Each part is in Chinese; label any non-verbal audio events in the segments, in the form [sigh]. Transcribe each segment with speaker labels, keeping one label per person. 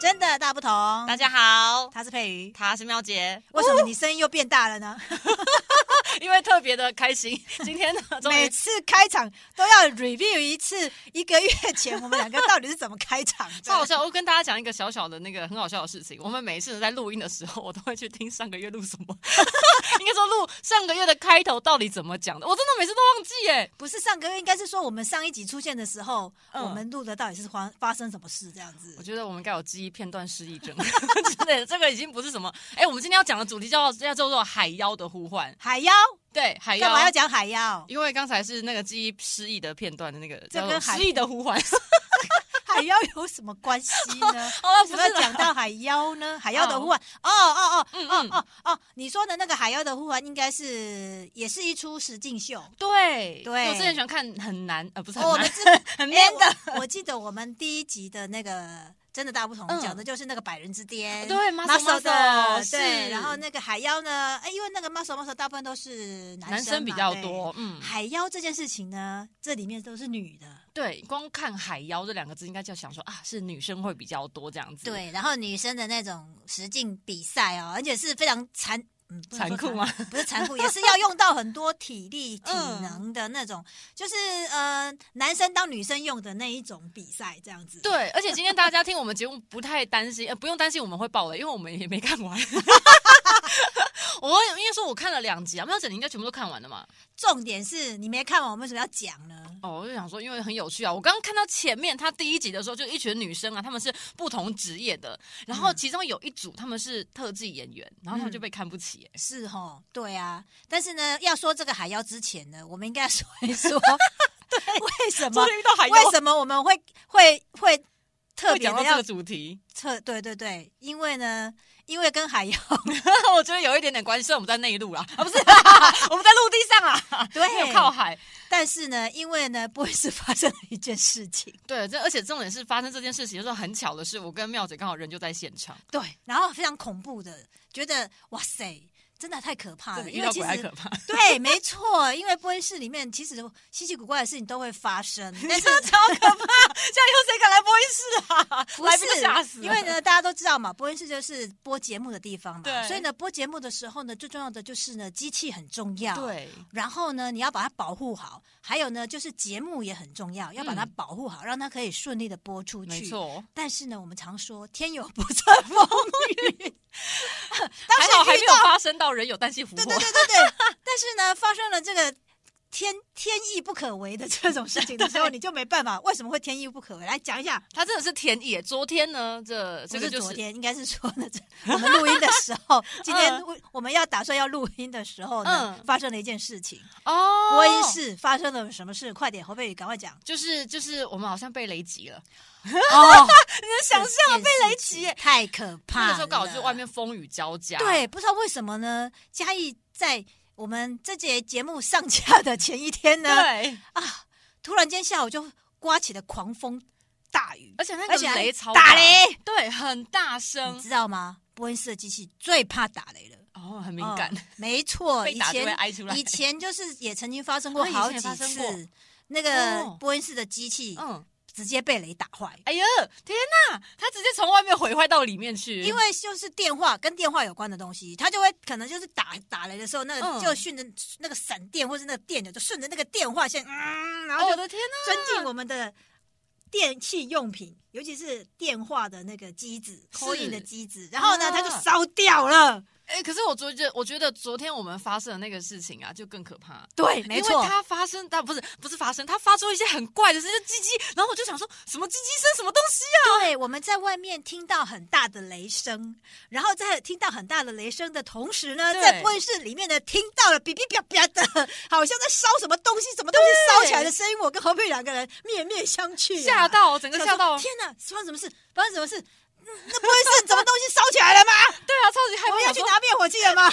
Speaker 1: 真的大不同。
Speaker 2: 大家好，哦
Speaker 1: 他是佩瑜，
Speaker 2: 她是喵姐，
Speaker 1: 为什么你声音又变大了呢？
Speaker 2: [laughs] 因为特别的开心， [laughs] 今天呢， [laughs] 终
Speaker 1: 每
Speaker 2: 于
Speaker 1: 次开场都要 review 一次，一个月前我们两个到底是怎么开场
Speaker 2: [laughs] 超好
Speaker 1: 的？
Speaker 2: 笑。我跟大家讲一个小小的那个很好笑的事情，我们每一次在录音的时候，我都会去听上个月录什么， [laughs] 应该说录上个月的开头到底怎么讲的，我真的每次都忘记耶。
Speaker 1: 不是上个月，应该是说我们上一集出现的时候，
Speaker 2: 嗯
Speaker 1: 我们录的到底是发发生什么事这样子
Speaker 2: 我？觉得我们该有记忆片段失忆症之 [laughs] 类的，这个已经不是什么。哎、我们今天要讲的主题叫叫做海妖的呼唤，
Speaker 1: 海妖
Speaker 2: 对，海妖啊
Speaker 1: 干嘛要讲
Speaker 2: [laughs]
Speaker 1: 海妖？
Speaker 2: 因为刚才是那个记忆失忆的片段的那个叫
Speaker 1: 这跟
Speaker 2: 做
Speaker 1: 海
Speaker 2: 失忆的呼 [laughs] 唤，
Speaker 1: 海妖有什么关系呢？
Speaker 2: 好了，
Speaker 1: 为
Speaker 2: [laughs]
Speaker 1: 什
Speaker 2: 不
Speaker 1: 么
Speaker 2: 是啦
Speaker 1: 要讲到海妖
Speaker 2: [laughs]
Speaker 1: 呢？海妖的呼唤，哦哦哦
Speaker 2: 嗯嗯
Speaker 1: 哦哦，你说的那个海妖的呼唤，应该是也是一出实境秀。
Speaker 2: 对
Speaker 1: 对
Speaker 2: 我之前喜欢看很难，呃，不是很
Speaker 1: 哦我
Speaker 2: 难，
Speaker 1: 们之
Speaker 2: 很
Speaker 1: 哎，
Speaker 2: 面的，
Speaker 1: 我我记得我们第一集的那个真的大不同，
Speaker 2: 嗯
Speaker 1: 讲的就是那个百人之巅，
Speaker 2: 对，muscle
Speaker 1: muscle 的，
Speaker 2: muscle，
Speaker 1: 对。
Speaker 2: 是
Speaker 1: 然后那个海妖呢，哎，因为那个 muscle muscle 大部分都是男
Speaker 2: 男生
Speaker 1: 嘛
Speaker 2: 比较。
Speaker 1: 对
Speaker 2: 多，嗯，
Speaker 1: 海妖这件事情呢，这里面都是女的，
Speaker 2: 对，嗯光看海妖这两个字，应该就想说啊，是女生会比较多这样子，，
Speaker 1: 对。然后女生的那种实境比赛哦，而且是非常残。嗯，不能说
Speaker 2: 残酷吗？
Speaker 1: 不是
Speaker 2: [laughs]
Speaker 1: 残酷，也是要用到很多体力、体
Speaker 2: 嗯
Speaker 1: 能的那种，就是呃，男生当女生用的那一种比赛，这样子。
Speaker 2: 对，而且今天大家听我们节目不太担心，呃，不用担心我们会爆雷，因为我们也没看完。 [laughs] 我应该说，我看了两集啊，喵姐你应该全部都看完了嘛？
Speaker 1: 重点是你没看完，我们为什么要讲呢？
Speaker 2: 哦，我就想说，因为很有趣啊！我刚刚看到前面他第一集的时候，就一群女生啊，她们是不同职业的，然
Speaker 1: 嗯
Speaker 2: 后其中有一组她们是特技演员，然后她们就被看不
Speaker 1: [laughs]
Speaker 2: 起、欸
Speaker 1: 是哦，对啊。但是呢，要说这个海妖之前呢，我们应该说一
Speaker 2: [laughs]
Speaker 1: 说，为什么？
Speaker 2: 于遇到海
Speaker 1: 为什么我们会会会特
Speaker 2: 会
Speaker 1: 别
Speaker 2: 讲到
Speaker 1: 的
Speaker 2: 这
Speaker 1: 要
Speaker 2: 个主
Speaker 1: [laughs]
Speaker 2: 题，
Speaker 1: 特？对对对，因为呢，因为跟海
Speaker 2: [laughs]
Speaker 1: 妖
Speaker 2: 我觉得有一点点关系。虽然我们在内陆啦，啊
Speaker 1: [laughs]
Speaker 2: 不是，我们在陆地上啊，
Speaker 1: 对
Speaker 2: 没有靠海。
Speaker 1: 但是呢，因为呢，不会是发生了一件事情，
Speaker 2: 对，这而且重点是发生这件事情的时候，很巧的是，我跟妙姐刚好人就在现场，
Speaker 1: 对，然后非常恐怖的，觉得哇塞，真的太可怕
Speaker 2: 这
Speaker 1: 了，
Speaker 2: 比遇
Speaker 1: 啊因为
Speaker 2: 到
Speaker 1: 其
Speaker 2: 鬼还
Speaker 1: 实
Speaker 2: 可怕。
Speaker 1: 对，没错，因为播音室里面其实稀奇古怪的事情都会
Speaker 2: [laughs]
Speaker 1: 发生，但是
Speaker 2: 超可怕！现在有谁敢来播音室啊？
Speaker 1: 不
Speaker 2: [laughs] 来
Speaker 1: 是
Speaker 2: 宾都吓死了
Speaker 1: 因为呢，大家都知道嘛，播音室就是播节目的地方嘛，
Speaker 2: 对
Speaker 1: 所以呢，播节目的时候呢，最重要的就是呢，机器很重要，。
Speaker 2: [laughs] 对，
Speaker 1: 然后呢，你要把它保护好，还有呢，就是节目也很重要，要把它
Speaker 2: 嗯
Speaker 1: 保护好，让它可以顺利的播出去。
Speaker 2: 没错。
Speaker 1: 但是呢，我们常说天有不测风云，
Speaker 2: [laughs]
Speaker 1: [laughs] 当时
Speaker 2: 还好还没
Speaker 1: 遇
Speaker 2: 有
Speaker 1: 到
Speaker 2: 发生到人有旦夕福
Speaker 1: 对
Speaker 2: 祸
Speaker 1: 对。对对对。但是呢，发生了这个天天意不可为的这种事情
Speaker 2: [laughs]
Speaker 1: 的时候，你就没办法。为什么会天意不可为？来讲一下。
Speaker 2: 他真的是田野。昨天呢，这
Speaker 1: 不
Speaker 2: 这
Speaker 1: 是
Speaker 2: 个就
Speaker 1: 昨
Speaker 2: 是
Speaker 1: 天，应该是说呢，这我们录音的时候，今天
Speaker 2: 嗯
Speaker 1: 我我们要打算要录音的时候呢，
Speaker 2: 嗯
Speaker 1: 发生了一件事情。
Speaker 2: 哦
Speaker 1: 播音室发生了什么事？快点，侯佩宇，赶快讲。
Speaker 2: [laughs] 就是就是我们好像被雷击了。
Speaker 1: 哦，
Speaker 2: 你能想象被雷击耶？
Speaker 1: 太可怕
Speaker 2: 那
Speaker 1: 了。
Speaker 2: 个时候刚好就是外面风雨交加。。
Speaker 1: 对，不知道为什么呢？嘉义在我们这节节目上架的前一天呢，
Speaker 2: 对，
Speaker 1: 突然间下午就刮起了狂风大雨，
Speaker 2: 而且那
Speaker 1: 而
Speaker 2: 个
Speaker 1: 且还
Speaker 2: 雷超
Speaker 1: 打
Speaker 2: 大，嗯
Speaker 1: 雷，
Speaker 2: 对，很大
Speaker 1: 你
Speaker 2: 声，
Speaker 1: 知道吗？播音室的机器最怕打雷了，
Speaker 2: 哦，很敏感
Speaker 1: 哦，没错，
Speaker 2: [laughs] 被
Speaker 1: 以
Speaker 2: 打就会
Speaker 1: 前
Speaker 2: 挨出来。
Speaker 1: 以前就是也曾经发生过
Speaker 2: 啊以前
Speaker 1: 好几
Speaker 2: 也发生过
Speaker 1: 次。那个
Speaker 2: 哦
Speaker 1: 播音室的机器
Speaker 2: 嗯，
Speaker 1: 直接被雷打坏，
Speaker 2: 哎呀，天哪，他直接从外面毁坏到里面去，
Speaker 1: 因为就是电话跟电话有关的东西，它就会可能就是打打雷的时候，那个
Speaker 2: 嗯
Speaker 1: 就顺着那个闪电或是那个电流，就顺着那个电话线，嗯，然
Speaker 2: 哦
Speaker 1: 后
Speaker 2: 我
Speaker 1: 就
Speaker 2: 的天哪，
Speaker 1: 钻进我们的电器用品，尤其是电话的那个机子，
Speaker 2: 是
Speaker 1: 扣印的机子，然后呢，
Speaker 2: 啊
Speaker 1: 它就烧掉了。
Speaker 2: 哎、可是我昨觉我觉得昨天我们发生的那个事情啊，就更可怕。
Speaker 1: 对，没
Speaker 2: 因
Speaker 1: 错
Speaker 2: 为，它发生，它不是不是发生，它发出一些很怪的声音，就叽叽，然后我就想说什么叽叽声，什么东西啊？
Speaker 1: 对，我们在外面听到很大的雷声，然后在听到很大的雷声的同时呢，
Speaker 2: 对
Speaker 1: 在播音室里面呢，听到了哔哔哔哔的，好像在烧什么东西，什么东西烧起来的声音，我跟侯佩两个人面面相觑、啊，
Speaker 2: 吓到，整
Speaker 1: 想
Speaker 2: 个
Speaker 1: 说，
Speaker 2: 吓到，
Speaker 1: 天哪，发生什么事？发生什么事？嗯那不会是什么东西烧起来
Speaker 2: [laughs]
Speaker 1: 了吗？
Speaker 2: 对啊，超级害
Speaker 1: 我
Speaker 2: 怕，
Speaker 1: 们要
Speaker 2: 想
Speaker 1: 去
Speaker 2: 说
Speaker 1: 拿灭火器了吗？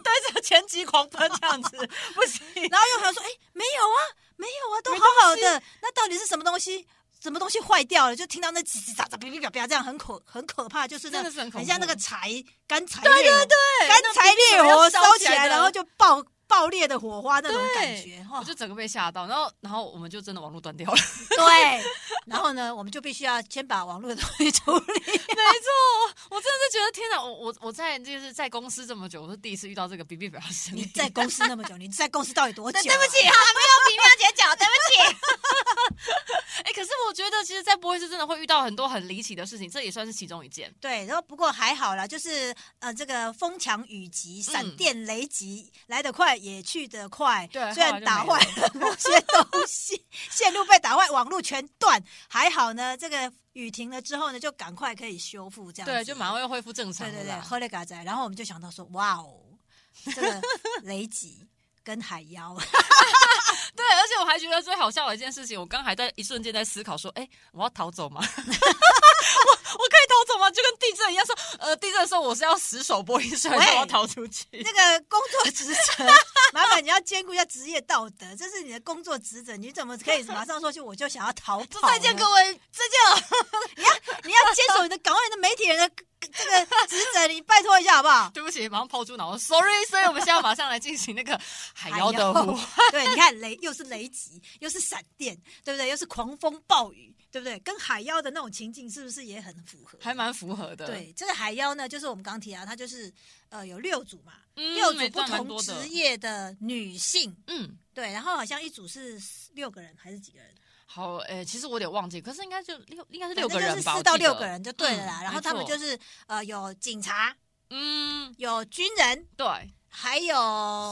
Speaker 2: 对着前级狂奔这样 [laughs] 子，不行。
Speaker 1: 然后又想说，哎、没有啊，没有啊，都
Speaker 2: 没
Speaker 1: 好好
Speaker 2: 东
Speaker 1: 的，那到底是什么东西？什么东西坏掉了，就听到那叽叽喳喳、哔哔叭叭，这样很可很可怕，就是那
Speaker 2: 真的是很恐怖
Speaker 1: 像那个柴干柴对对对，
Speaker 2: 对
Speaker 1: 干柴烈火烧起来，然后
Speaker 2: 就。
Speaker 1: 就爆爆裂的火花那种
Speaker 2: 对
Speaker 1: 感觉哈
Speaker 2: 我。
Speaker 1: [laughs]
Speaker 2: 就整个被吓到，然后然后我们就真的网络断掉了，
Speaker 1: 对，然后呢，我们就必须要先把网络的东西 [laughs] 处理。
Speaker 2: [laughs] 没错，我真的是觉得天哪，我我我在就是在公司这么久，我是第一次遇到这个哔哔表声
Speaker 1: 你
Speaker 2: 音，
Speaker 1: 在公司那么久，你在公司到底多 [laughs] 久、啊
Speaker 3: 对不起，哈，没有皮妙姐脚，对不起。
Speaker 2: [laughs] 哎、可是我觉得其实，在播音室真的会遇到很多很离奇的事情，这也算是其中一件。
Speaker 1: 对，然后不过还好啦，就是呃，这个风强雨急、闪电雷击、来得快也去得快，
Speaker 2: 嗯对
Speaker 1: 虽然打坏了某些东西， [laughs] 线路被打坏，网路全断，还好呢，这个雨停了之后呢，就赶快可以修复，这样
Speaker 2: 对，
Speaker 1: 子
Speaker 2: 就马上又恢复正常
Speaker 1: 对
Speaker 2: 了
Speaker 1: 对对，
Speaker 2: 啦。
Speaker 1: 喝了嘎仔，然后我们就想到说，哇哦，这个雷击跟海妖， [laughs]
Speaker 2: 对而且我还觉得最好笑的一件事情，我刚还在一瞬间在思考说，哎、我要逃走吗？我 [laughs] 我可以逃走吗？就跟地震一样说，呃，地震的时候我是要死守播音室，还是我要逃出去？
Speaker 1: 那个工作职责，麻烦你要兼顾一下职业道德，这是你的工作职责，你怎么可以马上说去我就想要逃
Speaker 2: [laughs]
Speaker 1: 跑呢？
Speaker 3: 再见各位，再见了。
Speaker 1: 你要坚守你的港湾人的媒体人的这个职责，你拜托一下好
Speaker 2: [laughs]
Speaker 1: 不好？
Speaker 2: 对不起，马上抛出脑后，sorry。所以我们现在马上来进行那个海妖的
Speaker 1: 哎呦
Speaker 2: 舞。
Speaker 1: 对，你看雷又是雷击，又是闪电，对不对？又是狂风暴雨，对不对？跟海妖的那种情境是不是也很符合？
Speaker 2: [laughs] 还蛮符合的。
Speaker 1: 对，这个海妖呢，就是我们刚提到，它就是呃有六组嘛，
Speaker 2: 嗯，
Speaker 1: 六组
Speaker 2: 没
Speaker 1: 不
Speaker 2: 赚蛮
Speaker 1: 同
Speaker 2: 多的
Speaker 1: 职。业的女性，
Speaker 2: 嗯，
Speaker 1: 对，然后好像一组是六个人还是几个人？
Speaker 2: 好，诶，其实我有点忘记，可是应该就六，应该是
Speaker 1: 反
Speaker 2: 六
Speaker 1: 正
Speaker 2: 个
Speaker 1: 就是
Speaker 2: 人吧，
Speaker 1: 四到
Speaker 2: 我记得
Speaker 1: 六个，人就对了啦。
Speaker 2: 嗯
Speaker 1: 然后他们
Speaker 2: 没错
Speaker 1: 就是呃有警察，
Speaker 2: 嗯，
Speaker 1: 有军人，
Speaker 2: 对，
Speaker 1: 还有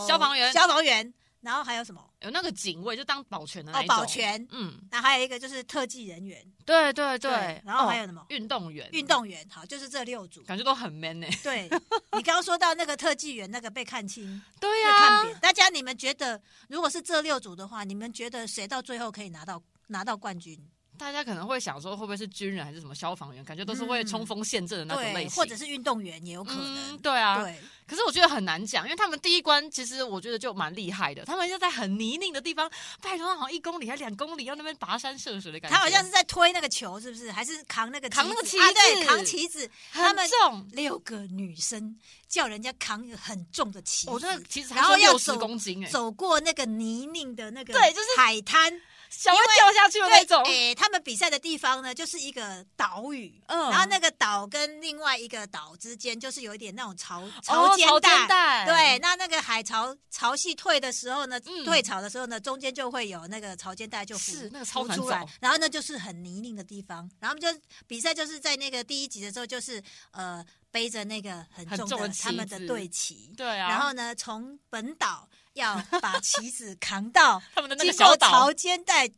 Speaker 1: 消
Speaker 2: 消防员
Speaker 1: 消防员，然后还有什么？
Speaker 2: 有那个警卫就当保全的那
Speaker 1: 哦
Speaker 2: 一，种
Speaker 1: 保，全，
Speaker 2: 嗯，
Speaker 1: 那还有一个就是特技人员，
Speaker 2: 对对对
Speaker 1: 对，然后还有什么
Speaker 2: 哦运动员，
Speaker 1: 运，动员，好，就是这六组。
Speaker 2: 感觉都很 man
Speaker 1: [laughs]
Speaker 2: 呢。 [laughs]
Speaker 1: 对你刚刚说到那个特技员，那个被看清、
Speaker 2: 对啊
Speaker 1: 被
Speaker 2: 呀
Speaker 1: 看，扁，大家你们觉得，如果是这六组的话，你们觉得谁到最后可以拿到拿到冠军？
Speaker 2: 大家可能会想说，会不会是军人还是什么消防员？感觉都是会
Speaker 1: 嗯
Speaker 2: 冲锋陷阵的那种类
Speaker 1: 对，
Speaker 2: 型，
Speaker 1: 或者是运动员也有可能
Speaker 2: 嗯，。对啊，
Speaker 1: 对，
Speaker 2: 可是我觉得很难讲，因为他们第一关其实我觉得就蛮厉害的，他们就在很泥泞的地方，拜托，好像一公里还两公里，要那边跋山涉水的感觉。
Speaker 1: 他好像是在推那个球，是不是？还是扛那个
Speaker 2: 扛那个
Speaker 1: 啊？
Speaker 2: 旗
Speaker 1: 对，
Speaker 2: 子
Speaker 1: 扛旗子。他
Speaker 2: 很
Speaker 1: 们
Speaker 2: 重，
Speaker 1: 六个女生叫人家扛一个很重的旗子，
Speaker 2: 我真的其实
Speaker 1: 然后
Speaker 2: 还
Speaker 1: 要
Speaker 2: 六十
Speaker 1: 走
Speaker 2: 公斤哎、
Speaker 1: 走过那个泥泞的那个
Speaker 2: 对就是
Speaker 1: 海滩，
Speaker 2: 小会掉下去的那种。
Speaker 1: 诶、他们比赛的地方呢，就是一个岛屿，
Speaker 2: 嗯
Speaker 1: 然后那个岛跟另外一个岛之间就是有一点那种潮
Speaker 2: 哦
Speaker 1: 间
Speaker 2: 潮
Speaker 1: 带。
Speaker 2: 间带
Speaker 1: 对，那那个海潮潮汐退的时候呢，
Speaker 2: 嗯
Speaker 1: 退潮的时候呢，中间就会有那个潮间带就浮
Speaker 2: 是那个超
Speaker 1: 浮
Speaker 2: 难
Speaker 1: 出来
Speaker 2: 走，
Speaker 1: 然后呢就是很泥泞的地方，然后他们就比赛就是在那个第一集的时候，就是呃背着那个很
Speaker 2: 很
Speaker 1: 重
Speaker 2: 重的
Speaker 1: 他们
Speaker 2: 旗
Speaker 1: 的
Speaker 2: 子
Speaker 1: 队旗，
Speaker 2: 对啊，
Speaker 1: 然后呢从本岛要把旗子扛到
Speaker 2: 他 [laughs] 们的那
Speaker 1: 经
Speaker 2: 个
Speaker 1: 过
Speaker 2: 小岛
Speaker 1: 潮，间带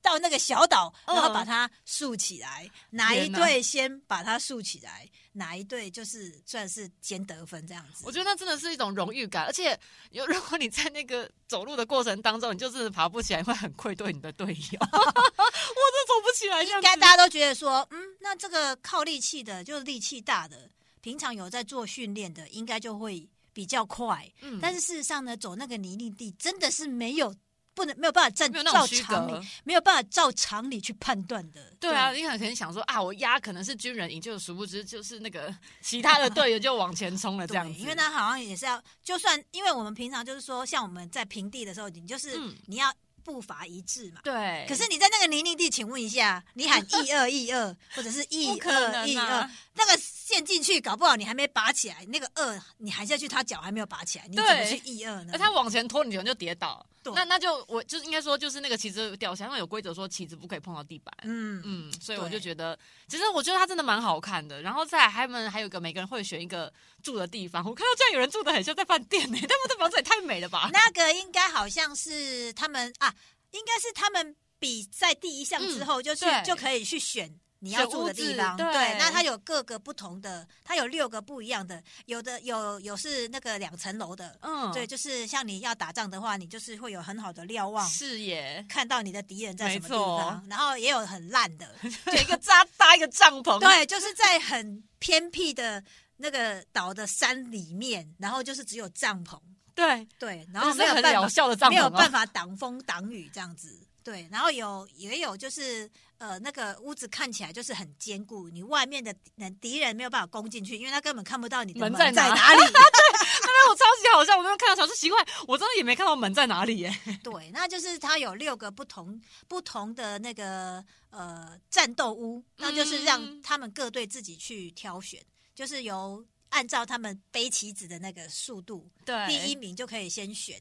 Speaker 1: 到那个小岛，
Speaker 2: 嗯
Speaker 1: 然后把它竖起来。哪一
Speaker 2: 天哪
Speaker 1: 队先把它竖起来，哪一队就是算是先得分这样子。
Speaker 2: 我觉得那真的是一种荣誉感，而且有 [laughs] 如果你在那个走路的过程当中，你就是爬不起来，会很愧对你的队友。我 [laughs] 真的走不起来，这样子
Speaker 1: 应该大家都觉得说，嗯，那这个靠力气的，就是力气大的，平常有在做训练的，应该就会比较快。
Speaker 2: 嗯
Speaker 1: 但是事实上呢，走那个泥泞地真的是没有。不能没有办法站
Speaker 2: 没有那
Speaker 1: 照
Speaker 2: 种虚
Speaker 1: 常
Speaker 2: 格
Speaker 1: 理，。没有办法照常理去判断的。
Speaker 2: 对啊，你很可能想说啊，我压可能是军人赢，就殊不知就是那个其他的队友就往前冲了这
Speaker 1: [laughs] 对，
Speaker 2: 样子。
Speaker 1: 因为它好像也是要，就算因为我们平常就是说，像我们在平地的时候，你就是、
Speaker 2: 嗯
Speaker 1: 你要步伐一致嘛。
Speaker 2: 对，
Speaker 1: 可是你在那个泥泞地，请问一下，你喊一二一二，或者是一
Speaker 2: 不可
Speaker 1: 二
Speaker 2: 能
Speaker 1: 一二
Speaker 2: 啊，
Speaker 1: 那个陷进去，搞不好你还没拔起来，那个二你含下去，他脚还没有拔起来，你怎么
Speaker 2: 对
Speaker 1: 去一二呢
Speaker 2: 而？他往前拖，你可能就跌倒
Speaker 1: 对。
Speaker 2: 那那就我就是应该说就是那个旗子掉下来，因为有规则说旗子不可以碰到地板。
Speaker 1: 嗯嗯，
Speaker 2: 嗯，所以我
Speaker 1: 对
Speaker 2: 就觉得，其实我觉得它真的蛮好看的。然后再来，他们还有一个每个人会选一个住的地方。我看到这样有人住的很像在饭店呢、 [laughs] 他们的房子也太美了 [laughs] 吧？
Speaker 1: 那个应该好像是他们啊，应该是他们比赛第一项之后，就去
Speaker 2: 嗯对
Speaker 1: 就可以去选。你要住的地方，
Speaker 2: 选屋子
Speaker 1: 对，
Speaker 2: 对
Speaker 1: 那它有各个不同的，它有六个不一样的，有的有有是那个两层楼的，
Speaker 2: 嗯，
Speaker 1: 对，，就是像你要打仗的话，你就是会有很好的瞭望，
Speaker 2: 是耶，
Speaker 1: 看到你的敌人在什么地
Speaker 2: 没错
Speaker 1: 方，然后也有很烂
Speaker 2: [laughs]
Speaker 1: 的，
Speaker 2: 就一个搭搭一个帐篷，
Speaker 1: 对，就是在很偏僻的那个岛的山里面，然后就是只有帐篷，
Speaker 2: 对，
Speaker 1: 对，
Speaker 2: 然
Speaker 1: 然后
Speaker 2: 后
Speaker 1: 没
Speaker 2: 是
Speaker 1: 有
Speaker 2: 很
Speaker 1: 办
Speaker 2: [laughs]
Speaker 1: 法
Speaker 2: 疗效的帐篷、哦，
Speaker 1: 没有办法挡风挡雨这样子。对，然后有也有就是呃那个屋子看起来就是很坚固，你外面的敌敌人没有办法攻进去，因为他根本看不到你的
Speaker 2: 门在
Speaker 1: 在
Speaker 2: 哪
Speaker 1: 里。
Speaker 2: [laughs] 那边我超级好笑，我那边看到想说奇怪，我真的也没看到门在哪里耶、
Speaker 1: 对，那就是它有六个不同不同的那个呃战斗屋，那就是让
Speaker 2: 嗯
Speaker 1: 他们各队自己去挑选，就是由按照他们背棋子的那个速度，
Speaker 2: 对
Speaker 1: 第一名就可以先选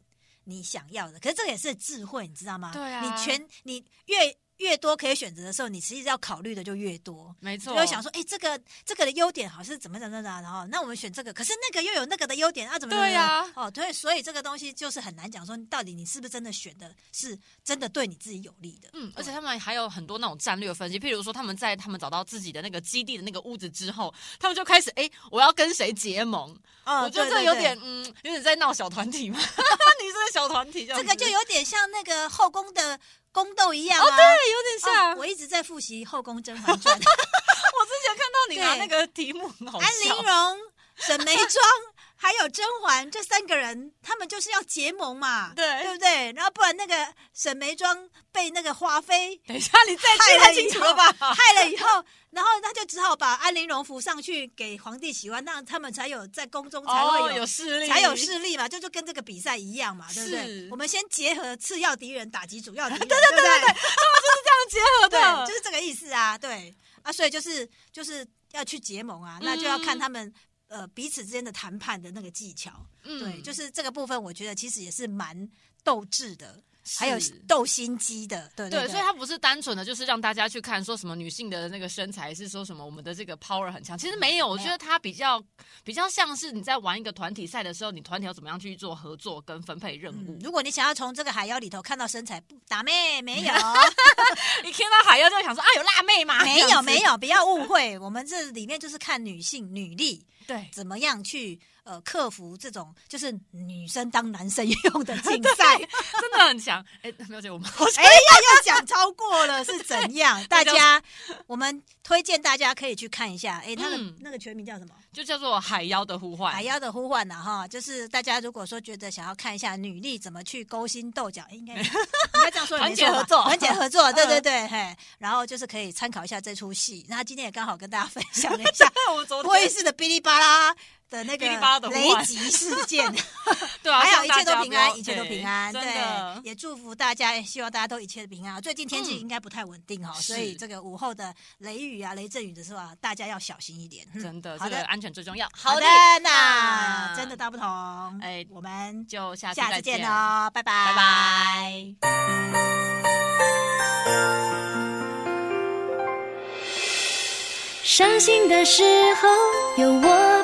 Speaker 1: 你想要的。可是这个也是智慧，你知道吗？
Speaker 2: 对啊
Speaker 1: 你全你越越多可以选择的时候，你其实要考虑的就越多。
Speaker 2: 没
Speaker 1: 就
Speaker 2: 错，
Speaker 1: 会想说，哎、这个这个的优点好像是怎么怎么怎么，然后那我们选这个，可是那个又有那个的优点，啊，怎么怎么
Speaker 2: 对呀
Speaker 1: 怎么哦，对，所以这个东西就是很难讲说，到底你是不是真的选的是真的对你自己有利的，
Speaker 2: 嗯，
Speaker 1: 对
Speaker 2: 而且他们还有很多那种战略分析，譬如说他们在他们找到自己的那个基地的那个屋子之后，他们就开始哎、诶我要跟谁结盟？
Speaker 1: 哦，
Speaker 2: 我觉得
Speaker 1: 对
Speaker 2: 这
Speaker 1: 对
Speaker 2: 有
Speaker 1: 对
Speaker 2: 点嗯，有点在闹小团体 [laughs] 嘛，女生的小团体这样
Speaker 1: 这
Speaker 2: 子，
Speaker 1: 个就有点像那个后宫的宫斗一样啊，
Speaker 2: 哦，对，有点
Speaker 1: 哦
Speaker 2: 像。
Speaker 1: 我一直在复习《后宫甄嬛
Speaker 2: [laughs]
Speaker 1: 传》，
Speaker 2: 我之前看到你拿那
Speaker 1: 对
Speaker 2: 个题目，很好
Speaker 1: 安陵
Speaker 2: 笑。
Speaker 1: 容、沈眉庄还有甄嬛这三个人，他们就是要结盟嘛，
Speaker 2: 对
Speaker 1: 对不对？然后不然那个沈眉庄被那个华妃
Speaker 2: 等一下，你再
Speaker 1: 害
Speaker 2: 记
Speaker 1: 了
Speaker 2: 哎太清楚了吧？
Speaker 1: 害了以后，然后他就只好把安陵容扶上去给皇帝喜欢，让他们才有在宫中才
Speaker 2: 哦，
Speaker 1: 会
Speaker 2: 有势力，
Speaker 1: 才有势力嘛，这就跟这个比赛一样嘛，对不对
Speaker 2: 是？
Speaker 1: 我们先结合次要敌人打击主
Speaker 2: [laughs]
Speaker 1: 要敌人，对对对对
Speaker 2: 结合
Speaker 1: 对
Speaker 2: 的，
Speaker 1: 就是这个意思啊，对啊，所以就是就是要去结盟啊，
Speaker 2: 嗯
Speaker 1: 那就要看他们。呃，彼此之间的谈判的那个技巧，
Speaker 2: 嗯
Speaker 1: 对，就是这个部分，我觉得其实也是蛮斗智的，
Speaker 2: 是
Speaker 1: 还有斗心机的，对
Speaker 2: 对，
Speaker 1: 对，
Speaker 2: 所以它不是单纯的就是让大家去看说什么女性的那个身材是说什么我们的这个 power 很强，其实没有，我
Speaker 1: 嗯没有
Speaker 2: 觉得它比较比较像是你在玩一个团体赛的时候，你团体要怎么样去做合作跟分配任务
Speaker 1: 嗯。如果你想要从这个海妖里头看到身材，不打妹
Speaker 2: [laughs]
Speaker 1: 没有，
Speaker 2: 你听到海妖就会想说啊，有辣妹吗？
Speaker 1: 没
Speaker 2: 这
Speaker 1: 有
Speaker 2: 样子
Speaker 1: 没，有，不要误会，我们这里面就是看女性女力
Speaker 2: 对， [laughs]
Speaker 1: 怎么样去呃克服这种就是女生当男生用的竞
Speaker 2: [laughs]
Speaker 1: 赛。
Speaker 2: 真的很强。哎，喵姐，我们好像
Speaker 1: 哎呀，要讲超过了是
Speaker 2: [laughs]
Speaker 1: 怎样？大家，我们推荐大家可以去看一下。哎，那个、
Speaker 2: 嗯
Speaker 1: 那个全名叫什么？
Speaker 2: [laughs] 就叫做海妖的呼唤。
Speaker 1: 海妖的呼唤呐、啊哈，就是大家如果说觉得想要看一下女力怎么去勾心斗角，哎应该应该这样说也
Speaker 2: 团
Speaker 1: 没错吧，
Speaker 2: 结合作
Speaker 1: 团结合作，对
Speaker 2: 嗯
Speaker 1: 对对，嘿，然后就是可以参考一下这出戏。那今天也刚好跟大家分享了一下
Speaker 2: [laughs] 对， [laughs] 我昨
Speaker 1: 波伊
Speaker 2: 天
Speaker 1: 斯的哔哩吧啦的那
Speaker 2: 哔哩吧啦
Speaker 1: 个
Speaker 2: 的呼
Speaker 1: 雷
Speaker 2: 唤
Speaker 1: 击事件，
Speaker 2: 对啊，
Speaker 1: 还好
Speaker 2: 希
Speaker 1: 一
Speaker 2: 望
Speaker 1: 切
Speaker 2: 大
Speaker 1: 都
Speaker 2: 家
Speaker 1: 平
Speaker 2: 不要
Speaker 1: 安，一切都平安，
Speaker 2: 对真的
Speaker 1: 对，嗯也祝福大家，希望大家都一切平安。最近天气
Speaker 2: 嗯
Speaker 1: 应该不太稳定哈，所
Speaker 2: 是
Speaker 1: 以这个午后的雷雨啊、雷阵雨的时候啊，大家要小心一点。嗯
Speaker 2: 真的，
Speaker 1: 好
Speaker 2: 这个
Speaker 1: 的，
Speaker 2: 安全最重要。
Speaker 1: 好的，那
Speaker 2: 那
Speaker 1: 真的大不同。哎
Speaker 2: 哎，
Speaker 1: 我们
Speaker 2: 就下次
Speaker 1: 下
Speaker 2: 再
Speaker 1: 次见
Speaker 2: 见。
Speaker 1: 喽，拜拜，
Speaker 2: 拜拜。
Speaker 4: 伤心的时候有我